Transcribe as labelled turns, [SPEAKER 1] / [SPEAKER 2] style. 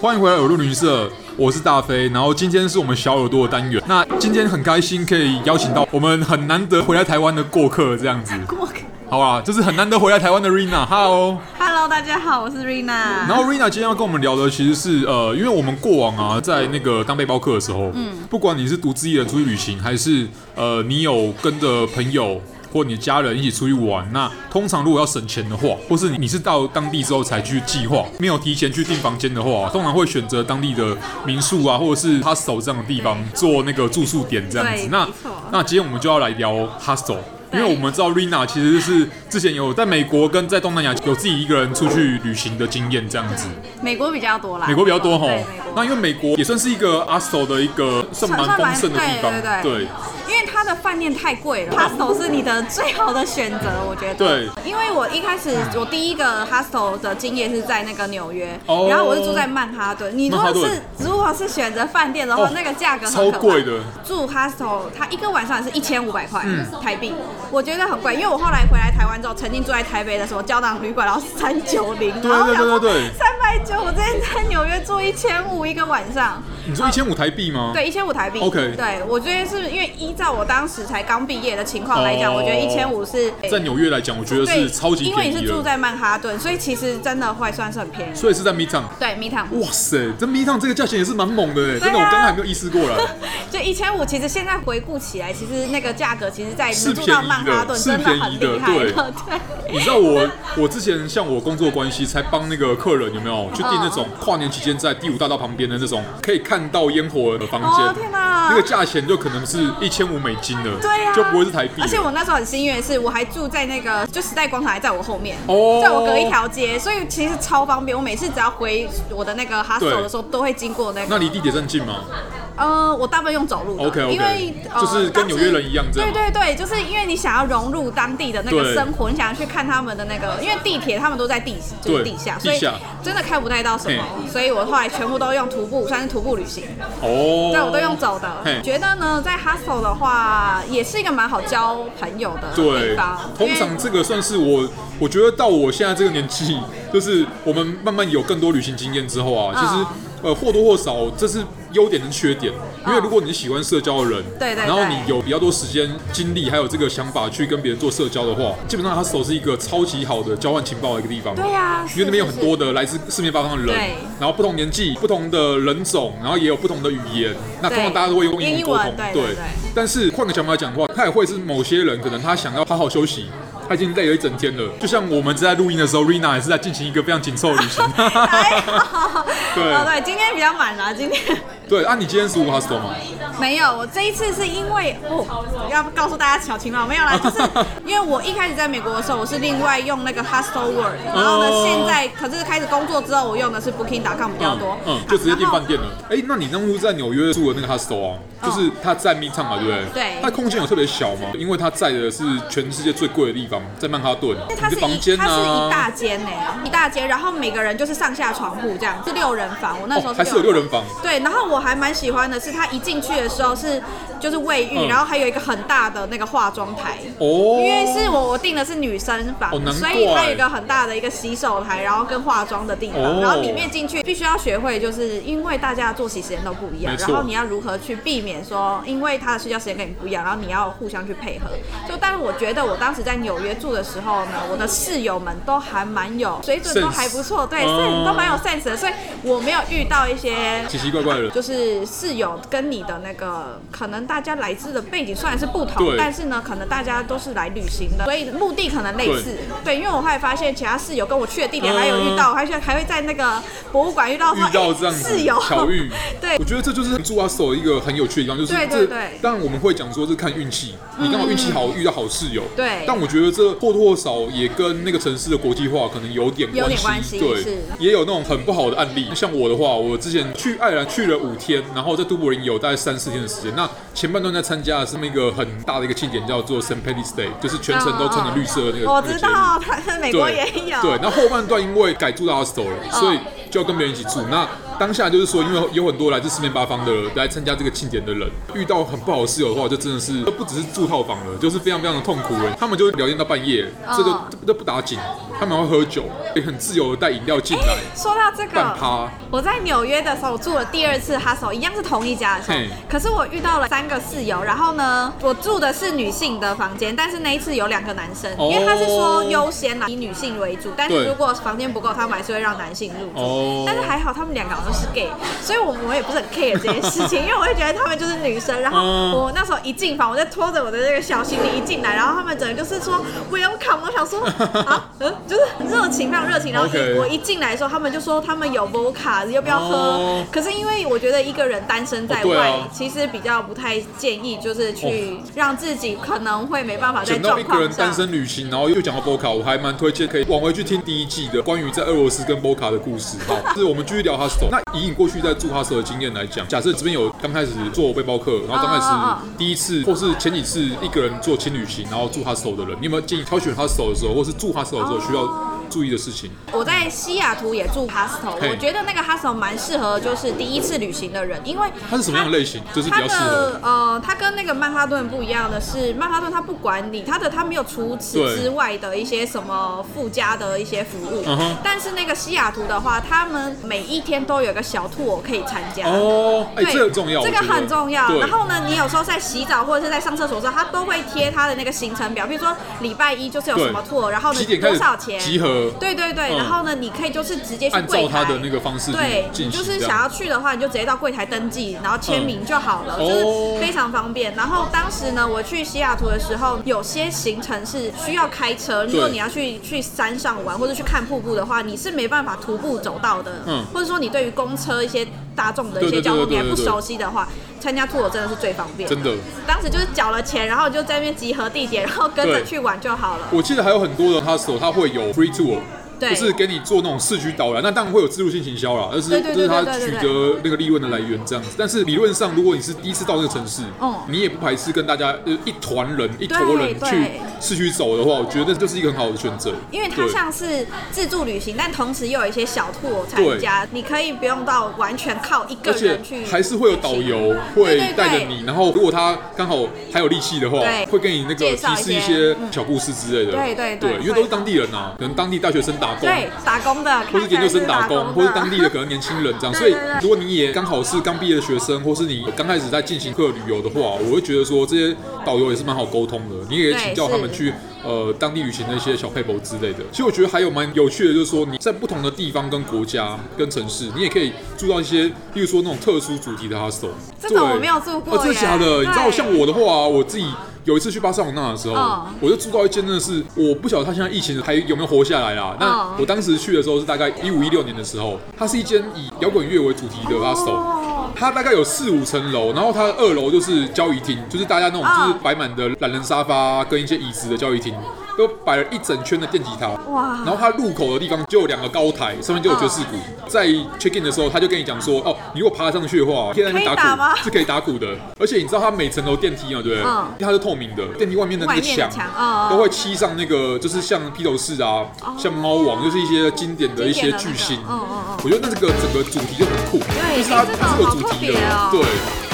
[SPEAKER 1] 欢迎回来耳朵旅行社，我是大飞。然后今天是我们小耳朵的单元，那今天很开心可以邀请到我们很难得回来台湾的过客，这样子，
[SPEAKER 2] 过客
[SPEAKER 1] 好啊，就是很难得回来台湾的 Rina，哈喽。
[SPEAKER 2] Hello，大家好，我是 Rina。
[SPEAKER 1] 然后 Rina 今天要跟我们聊的其实是呃，因为我们过往啊，在那个当背包客的时候，嗯，不管你是独自一人出去旅行，还是呃你有跟着朋友或你的家人一起出去玩，那通常如果要省钱的话，或是你是到当地之后才去计划，没有提前去订房间的话，通常会选择当地的民宿啊，或者是 hostel 这样的地方做那个住宿点这样子
[SPEAKER 2] 对。
[SPEAKER 1] 那
[SPEAKER 2] 没错
[SPEAKER 1] 那今天我们就要来聊 hostel。因
[SPEAKER 2] 对
[SPEAKER 1] 为我们知道 Rina 其实是之前有在美国跟在东南亚有自己一个人出去旅行的经验，这样子。
[SPEAKER 2] 美国比较多啦，
[SPEAKER 1] 美国比较多吼
[SPEAKER 2] 对，美国，
[SPEAKER 1] 那因为美国也算是一个 ASO 的一个算蛮丰盛的地方，
[SPEAKER 2] 算算蛮对对因为它的饭店太贵了，hostel 是你的最好的选择，我觉得。
[SPEAKER 1] 对。
[SPEAKER 2] 因为我一开始我第一个 hostel 的经验是在那个纽约，
[SPEAKER 1] 哦
[SPEAKER 2] 然后我是住在曼哈顿。你如
[SPEAKER 1] 曼哈
[SPEAKER 2] 果
[SPEAKER 1] 顿
[SPEAKER 2] 是如果是选择饭店的话，
[SPEAKER 1] 哦
[SPEAKER 2] 那个价格很
[SPEAKER 1] 超
[SPEAKER 2] 可怕
[SPEAKER 1] 贵的。
[SPEAKER 2] 住 hostel，它一个晚上也是一千五百块
[SPEAKER 1] 嗯
[SPEAKER 2] 台币，我觉得很贵。因为我后来回来台湾之后，曾经住在台北的时候，胶囊旅馆然后三九零，
[SPEAKER 1] 对对对对对
[SPEAKER 2] 三百九，我之前在纽约住一千五一个晚上，
[SPEAKER 1] 你说一千五台币吗？，
[SPEAKER 2] 嗯对一千五台币。
[SPEAKER 1] OK
[SPEAKER 2] 对我觉得是因为依照我当时才刚毕业的情况来讲，
[SPEAKER 1] 哦
[SPEAKER 2] 我觉得一千五是
[SPEAKER 1] 在纽约来讲，我觉得
[SPEAKER 2] 对
[SPEAKER 1] 是超级
[SPEAKER 2] 因为
[SPEAKER 1] 便
[SPEAKER 2] 你是
[SPEAKER 1] 宜
[SPEAKER 2] 住
[SPEAKER 1] 的，
[SPEAKER 2] 在曼哈顿，所以其实真的会算是很便宜。
[SPEAKER 1] 所以是在 Midtown。
[SPEAKER 2] 对，米糖
[SPEAKER 1] 哇塞，这 Midtown 这个价钱也是蛮猛的哎，
[SPEAKER 2] 啊
[SPEAKER 1] 真的我刚刚还没有意识过来，
[SPEAKER 2] 就一千五，其实现在回顾起来，其实那个价格，其实在
[SPEAKER 1] 是
[SPEAKER 2] 你住到
[SPEAKER 1] 便宜的
[SPEAKER 2] 曼哈顿
[SPEAKER 1] 是
[SPEAKER 2] 真的很
[SPEAKER 1] 便宜的
[SPEAKER 2] 厉害
[SPEAKER 1] 对
[SPEAKER 2] 了，对。
[SPEAKER 1] 你知道我我之前像我工作关系，才帮那个客人有没有去订那种跨年期间在第五大道旁边的那种可以看到烟火的房
[SPEAKER 2] 哦
[SPEAKER 1] 间
[SPEAKER 2] 天，哪！
[SPEAKER 1] 那个价钱就可能是一千五美金了，
[SPEAKER 2] 对呀、
[SPEAKER 1] 就不会是台币了。
[SPEAKER 2] 而且我那时候很幸运的是，我还住在那个就时代广场，还在我后面，
[SPEAKER 1] 哦
[SPEAKER 2] 在我隔一条街，所以其实超方便。我每次只要回我的那个 hostel 的时候，都会经过那个。
[SPEAKER 1] 那离地铁站近吗？
[SPEAKER 2] 呃，我大部分用走路的
[SPEAKER 1] OK，OK，
[SPEAKER 2] 因为、呃、
[SPEAKER 1] 就是跟纽约人一样这
[SPEAKER 2] 当
[SPEAKER 1] 样
[SPEAKER 2] 时
[SPEAKER 1] 吗
[SPEAKER 2] 对对对，就是因为你想要融入当地的那
[SPEAKER 1] 对
[SPEAKER 2] 个生活，你想要去看他们的那个，因为地铁他们都在地就是
[SPEAKER 1] 对
[SPEAKER 2] 地下，
[SPEAKER 1] 地
[SPEAKER 2] 所以
[SPEAKER 1] 下
[SPEAKER 2] 真的看不太到什么，
[SPEAKER 1] 嘿
[SPEAKER 2] 所以我后来全部都用徒步，算是徒步旅行。
[SPEAKER 1] 哦，
[SPEAKER 2] 对，我都用走
[SPEAKER 1] 嘿
[SPEAKER 2] 的。觉得呢，在 hostel 的话，也是一个蛮好交朋友的地
[SPEAKER 1] 对
[SPEAKER 2] 方。，
[SPEAKER 1] 通
[SPEAKER 2] 因
[SPEAKER 1] 常
[SPEAKER 2] 为
[SPEAKER 1] 这个算是我，我觉得到我现在这个年纪， 就是我们慢慢有更多旅行经验之后啊，其实
[SPEAKER 2] 嗯
[SPEAKER 1] 呃或多或少这是优点跟缺点，因为如果你是喜欢社交的人，
[SPEAKER 2] 对对
[SPEAKER 1] 然后
[SPEAKER 2] 对
[SPEAKER 1] 你有比较多时间、精力还有这个想法去跟别人做社交的话，基本上它手是一个超级好的交换情报的一个地方。
[SPEAKER 2] 对啊呀
[SPEAKER 1] 因为那边有很
[SPEAKER 2] 是是
[SPEAKER 1] 多的来自四面八方的人
[SPEAKER 2] 对，
[SPEAKER 1] 然后不同年纪、不同的人种，然后也有不同的语言，那通常
[SPEAKER 2] 对
[SPEAKER 1] 大家都会用英文
[SPEAKER 2] 英
[SPEAKER 1] 沟
[SPEAKER 2] 文
[SPEAKER 1] 通，
[SPEAKER 2] 对对对
[SPEAKER 1] 但是换个想法讲的话，他也会是某些人，可能他想要好好休息，他已经累了一整天了。就像我们在录音的时候，Rina 也是在进行一个非常紧凑的旅 行。
[SPEAKER 2] 还好，
[SPEAKER 1] 对
[SPEAKER 2] 哎哦对，今天比较满啦，今天
[SPEAKER 1] 对，啊，你今天十五 hostel 吗？
[SPEAKER 2] 没有。我这一次是因为哦，要告诉大家小情报没 有啦，就是因为我一开始在美国的时候，我是另外用那个 hostel world，然后呢，
[SPEAKER 1] 哦
[SPEAKER 2] 现在可是开始工作之后，我用的是 Booking.com 比较多，
[SPEAKER 1] 嗯，就直接订
[SPEAKER 2] 然后嗯
[SPEAKER 1] 饭店了。哎、那你当初在纽约住的那个 hostel 啊，就是它在 Midtown 嘛，对不对？
[SPEAKER 2] 对
[SPEAKER 1] 它空间有特别小吗？因为它在的是全世界最贵的地方，在曼哈顿。
[SPEAKER 2] 它
[SPEAKER 1] 你
[SPEAKER 2] 是
[SPEAKER 1] 的
[SPEAKER 2] 一
[SPEAKER 1] 房间
[SPEAKER 2] 它是一
[SPEAKER 1] 啊，
[SPEAKER 2] 大间呢、欸一大间，然后每个人就是上下床铺这样，是六人房。我那时候
[SPEAKER 1] 哦，还是有六人房。
[SPEAKER 2] 对，然后我还蛮喜欢的是，它一进去的时候是就是卫浴，
[SPEAKER 1] 嗯
[SPEAKER 2] 然后还有一个很大的那个化妆台。
[SPEAKER 1] 哦，
[SPEAKER 2] 因为是我我订的是女生房
[SPEAKER 1] 哦，难
[SPEAKER 2] 所以它
[SPEAKER 1] 怪
[SPEAKER 2] 有一个很大的一个洗手台，然后跟化妆的地方，
[SPEAKER 1] 哦
[SPEAKER 2] 然后里面进去必须要学会，就是因为大家的作息时间都不一样
[SPEAKER 1] 没，
[SPEAKER 2] 然
[SPEAKER 1] 错
[SPEAKER 2] 后你要如何去避免说，因为他的睡觉时间跟你不一样，然后你要互相去配合。就但是我觉得我当时在纽约住的时候呢，我的室友们都还蛮有水准，都
[SPEAKER 1] Sense
[SPEAKER 2] 还不错，对，
[SPEAKER 1] 哦
[SPEAKER 2] 是都蛮有 sense 的，所以我没有遇到一些
[SPEAKER 1] 奇奇怪怪的人。
[SPEAKER 2] 就是室友跟你的那个，可能大家来自的背景虽然是不同
[SPEAKER 1] 对，
[SPEAKER 2] 但是呢，可能大家都是来旅行的，所以目的可能类似。对，因为我后来发现其他室友跟我去的地点
[SPEAKER 1] 嗯
[SPEAKER 2] 还有遇到，还去还会在那个博物馆遇到说，
[SPEAKER 1] 遇到
[SPEAKER 2] 哎
[SPEAKER 1] 这样子
[SPEAKER 2] 室友，
[SPEAKER 1] 巧遇
[SPEAKER 2] 对
[SPEAKER 1] 我觉得这就是住阿手一个很有趣的地方，就是
[SPEAKER 2] 对
[SPEAKER 1] 这
[SPEAKER 2] 对对
[SPEAKER 1] 当然我们会讲说是看运气，你刚好运气好遇到好室友，
[SPEAKER 2] 对
[SPEAKER 1] 但我觉得这或多或少也跟那个城市的国际化可能有点
[SPEAKER 2] 有点
[SPEAKER 1] 关
[SPEAKER 2] 关
[SPEAKER 1] 系，
[SPEAKER 2] 系
[SPEAKER 1] 对
[SPEAKER 2] 是，
[SPEAKER 1] 也有那种很不好的案例。像我的话，我之前去爱尔兰去了五天，然后在都柏林有大概三四天的时间。那前半段在参加的是那么一个很大的一个庆典，叫做 St. Patrick's Day，就是全程都穿着绿色的那个。
[SPEAKER 2] 啊我
[SPEAKER 1] 那个
[SPEAKER 2] 知
[SPEAKER 1] 节日
[SPEAKER 2] 道，他美国也有，哦
[SPEAKER 1] 对，然后后半段因为改住到 hostel 了，所以就要跟别人一起住。那当下就是说，因为有很多来自四面八方的来参加这个庆典的人，遇到很不好的室友的话，就真的是不只是住套房了，就是非常非常的痛苦了。他们就聊天到半夜，这个
[SPEAKER 2] 嗯
[SPEAKER 1] 这这不打紧，他们会喝酒，也很自由的带饮料进来。
[SPEAKER 2] 说到这
[SPEAKER 1] 半
[SPEAKER 2] 个，
[SPEAKER 1] 趴，
[SPEAKER 2] 我在纽约的时候住了第二次哈手，一样是同一家的时候
[SPEAKER 1] 嘿，
[SPEAKER 2] 可是我遇到了三个室友，然后呢，我住的是女性的房间，但是那一次有两个男生，
[SPEAKER 1] 哦
[SPEAKER 2] 因为他是说优先啦，以女性为主，但是
[SPEAKER 1] 对
[SPEAKER 2] 如果房间不够，他们还是会让男性入
[SPEAKER 1] 哦
[SPEAKER 2] 住，但是还好他们两个好像是 gay，所以我我也不是很 care 这件事情，因为我会觉得他们就是女生，然后
[SPEAKER 1] 嗯
[SPEAKER 2] 我那时候一进房，我就拖着我的这个小行李一进来，然后他们整个就是说 welcome，我想说啊，嗯，就是很热情，非常热情，然后一
[SPEAKER 1] OK
[SPEAKER 2] 我一进来的时候，他们就说他们有 vodka，要不要喝？
[SPEAKER 1] 哦
[SPEAKER 2] 可是因为我觉得一个人单身在
[SPEAKER 1] 哦对
[SPEAKER 2] 外，
[SPEAKER 1] 啊
[SPEAKER 2] 其实比较不太建议，就是去让自己可能会没办法在
[SPEAKER 1] 讲到
[SPEAKER 2] 状
[SPEAKER 1] 一个
[SPEAKER 2] 况
[SPEAKER 1] 人
[SPEAKER 2] 上
[SPEAKER 1] 单。身旅行，然后又讲到 Boca，我还蛮推荐可以往回去听第一季的关于在俄罗斯跟 Boca 的故事。好，就是我们继续聊 hostel。那
[SPEAKER 2] 嗯
[SPEAKER 1] 以你过去在住 hostel 的经验来讲，假设这边有刚开始做背包客，然后刚开
[SPEAKER 2] 哦哦
[SPEAKER 1] 始第一次或是前几次一个人做轻旅行，然后住 hostel 的人，你有没有建议挑选 hostel 的时候，或是住 hostel 的时候
[SPEAKER 2] 哦
[SPEAKER 1] 需要注意的事情？
[SPEAKER 2] 我在西雅图也住 hostel，
[SPEAKER 1] 嘿
[SPEAKER 2] 我觉得那个 hostel 蛮适合就是第一次旅行的人，因为
[SPEAKER 1] 它是什么样的类型？就是比
[SPEAKER 2] 它
[SPEAKER 1] 较适合
[SPEAKER 2] 的呃，它跟那个曼哈顿不一样的是，曼哈顿它不管你，它的它没有除此
[SPEAKER 1] 对
[SPEAKER 2] 之外的一些什么附加的一些服务。
[SPEAKER 1] 嗯哼
[SPEAKER 2] 但是那个西雅图的话，他们每一天都有一个小 tour 可以参加。
[SPEAKER 1] 哦，哎、
[SPEAKER 2] 对，
[SPEAKER 1] 这个很重要，
[SPEAKER 2] 这个
[SPEAKER 1] 我觉得
[SPEAKER 2] 很重要。
[SPEAKER 1] 对
[SPEAKER 2] 然后呢，你有时候在洗澡或者是在上厕所的时候，他都会贴他的那个行程表，比如说礼拜一就是有
[SPEAKER 1] 对
[SPEAKER 2] 什么 tour，然后呢
[SPEAKER 1] 几点开
[SPEAKER 2] 多
[SPEAKER 1] 始
[SPEAKER 2] 少钱，
[SPEAKER 1] 集合？
[SPEAKER 2] 对对对，
[SPEAKER 1] 嗯
[SPEAKER 2] 然后呢，你可以就是直接去
[SPEAKER 1] 按
[SPEAKER 2] 柜
[SPEAKER 1] 照
[SPEAKER 2] 台
[SPEAKER 1] 他的那个方式去
[SPEAKER 2] 对，你
[SPEAKER 1] 进行
[SPEAKER 2] 就是
[SPEAKER 1] 这样
[SPEAKER 2] 想要去的话，你就直接到柜台登记，然后签名就好了，
[SPEAKER 1] 嗯
[SPEAKER 2] 就是
[SPEAKER 1] 哦
[SPEAKER 2] 非常方便。然后当时呢，我去西雅图的时候，有些行程是需要开车，如果你要去去山上玩或者去看瀑布的话，你是没办法徒步走到的，
[SPEAKER 1] 嗯
[SPEAKER 2] 或者说你对于公车一些大众的一些
[SPEAKER 1] 对对对
[SPEAKER 2] 交通你还
[SPEAKER 1] 对对
[SPEAKER 2] 不
[SPEAKER 1] 对
[SPEAKER 2] 熟悉的话，参加 tour 真的是最方便。
[SPEAKER 1] 真的。
[SPEAKER 2] 当时就是缴了钱，然后就在那边集合地点，然后跟着
[SPEAKER 1] 对
[SPEAKER 2] 去玩就好了。
[SPEAKER 1] 我记得还有很多的 hostel，它会有 free tour，
[SPEAKER 2] 对
[SPEAKER 1] 就是给你做那种市区导览。那当然会有自助性行销啦，但是
[SPEAKER 2] 对
[SPEAKER 1] 这
[SPEAKER 2] 对对
[SPEAKER 1] 是它
[SPEAKER 2] 对对
[SPEAKER 1] 取
[SPEAKER 2] 对
[SPEAKER 1] 得那个利润的来源这样子。但是理论上，如果你是第一次到那个城市，
[SPEAKER 2] 嗯
[SPEAKER 1] 你也不排斥跟大家呃一团人、一坨人
[SPEAKER 2] 对
[SPEAKER 1] 去
[SPEAKER 2] 对
[SPEAKER 1] 市区走的话，我觉得那就是一个很好的选择。
[SPEAKER 2] 因为它
[SPEAKER 1] 对
[SPEAKER 2] 像是自助旅行，但同时又有一些小 tour 参加，你可以不用到完全靠一个
[SPEAKER 1] 而且
[SPEAKER 2] 人去，
[SPEAKER 1] 还是会有导游会带着你，然后如果他刚好还有力气的话
[SPEAKER 2] 对，
[SPEAKER 1] 会给你那
[SPEAKER 2] 介
[SPEAKER 1] 个
[SPEAKER 2] 绍
[SPEAKER 1] 提
[SPEAKER 2] 一些嗯
[SPEAKER 1] 示一些小故事之类的。
[SPEAKER 2] 对对对
[SPEAKER 1] 对，因为都是当地人啊，可能当地大学生打工，
[SPEAKER 2] 对打工的，
[SPEAKER 1] 或是研究生打工，
[SPEAKER 2] 看起
[SPEAKER 1] 或是
[SPEAKER 2] 来就是打
[SPEAKER 1] 当地的可能年轻人这样。
[SPEAKER 2] 对
[SPEAKER 1] 所以
[SPEAKER 2] 对对，嗯
[SPEAKER 1] 如果你也刚好是刚毕业的学生，或是你刚开始在进行课旅游的话，我会觉得说这些导游也是蛮好沟通的，你也可以请教他们
[SPEAKER 2] 对是
[SPEAKER 1] 去。呃，当地旅行的一些小配博之类的，其实我觉得还有蛮有趣的，就是说你在不同的地方、跟国家、跟城市，你也可以住到一些，例如说那种特殊主题的 hostel。
[SPEAKER 2] 这
[SPEAKER 1] 对
[SPEAKER 2] 种我没有住过
[SPEAKER 1] 哦，真的
[SPEAKER 2] 耶
[SPEAKER 1] 假的？你知道，
[SPEAKER 2] 对
[SPEAKER 1] 像我的话、我自己有一次去巴塞罗那的时候，
[SPEAKER 2] 嗯
[SPEAKER 1] 我就住到一间真的是，我不晓得他现在疫情还有没有活下来啦。那
[SPEAKER 2] 嗯
[SPEAKER 1] 我当时去的时候是大概一五一六年的时候，它是一间以摇滚乐为主题的 hostel，、
[SPEAKER 2] 哦
[SPEAKER 1] 它大概有四五层楼，然后它的二楼就是交易厅，就是大家那种
[SPEAKER 2] 嗯
[SPEAKER 1] 就是摆满的懒人沙发跟一些椅子的交易厅，都摆了一整圈的电吉他。
[SPEAKER 2] 哇
[SPEAKER 1] 然后它入口的地方就有两个高台，上面就有爵士鼓。在 check in 的时候，他就跟你讲说，哦，你如果爬上去的话，可以在那边
[SPEAKER 2] 可以打吗
[SPEAKER 1] 打鼓，是可以打鼓的。而且你知道它每层楼电梯嘛，对不对？
[SPEAKER 2] 嗯
[SPEAKER 1] 它是透明的，电梯外面的那
[SPEAKER 2] 外
[SPEAKER 1] 个
[SPEAKER 2] 面的
[SPEAKER 1] 墙
[SPEAKER 2] 墙嗯嗯
[SPEAKER 1] 都会漆上那个，就是像披头士啊，像猫王，就是一些经典的一些
[SPEAKER 2] 哦经典的那个
[SPEAKER 1] 巨星。
[SPEAKER 2] 嗯嗯嗯
[SPEAKER 1] 我觉得那这个整个主题就很酷，
[SPEAKER 2] 对
[SPEAKER 1] 就是它
[SPEAKER 2] 哎这个
[SPEAKER 1] 它是有
[SPEAKER 2] 好
[SPEAKER 1] 主
[SPEAKER 2] 特
[SPEAKER 1] 题
[SPEAKER 2] 别
[SPEAKER 1] 的
[SPEAKER 2] 哦，
[SPEAKER 1] 对。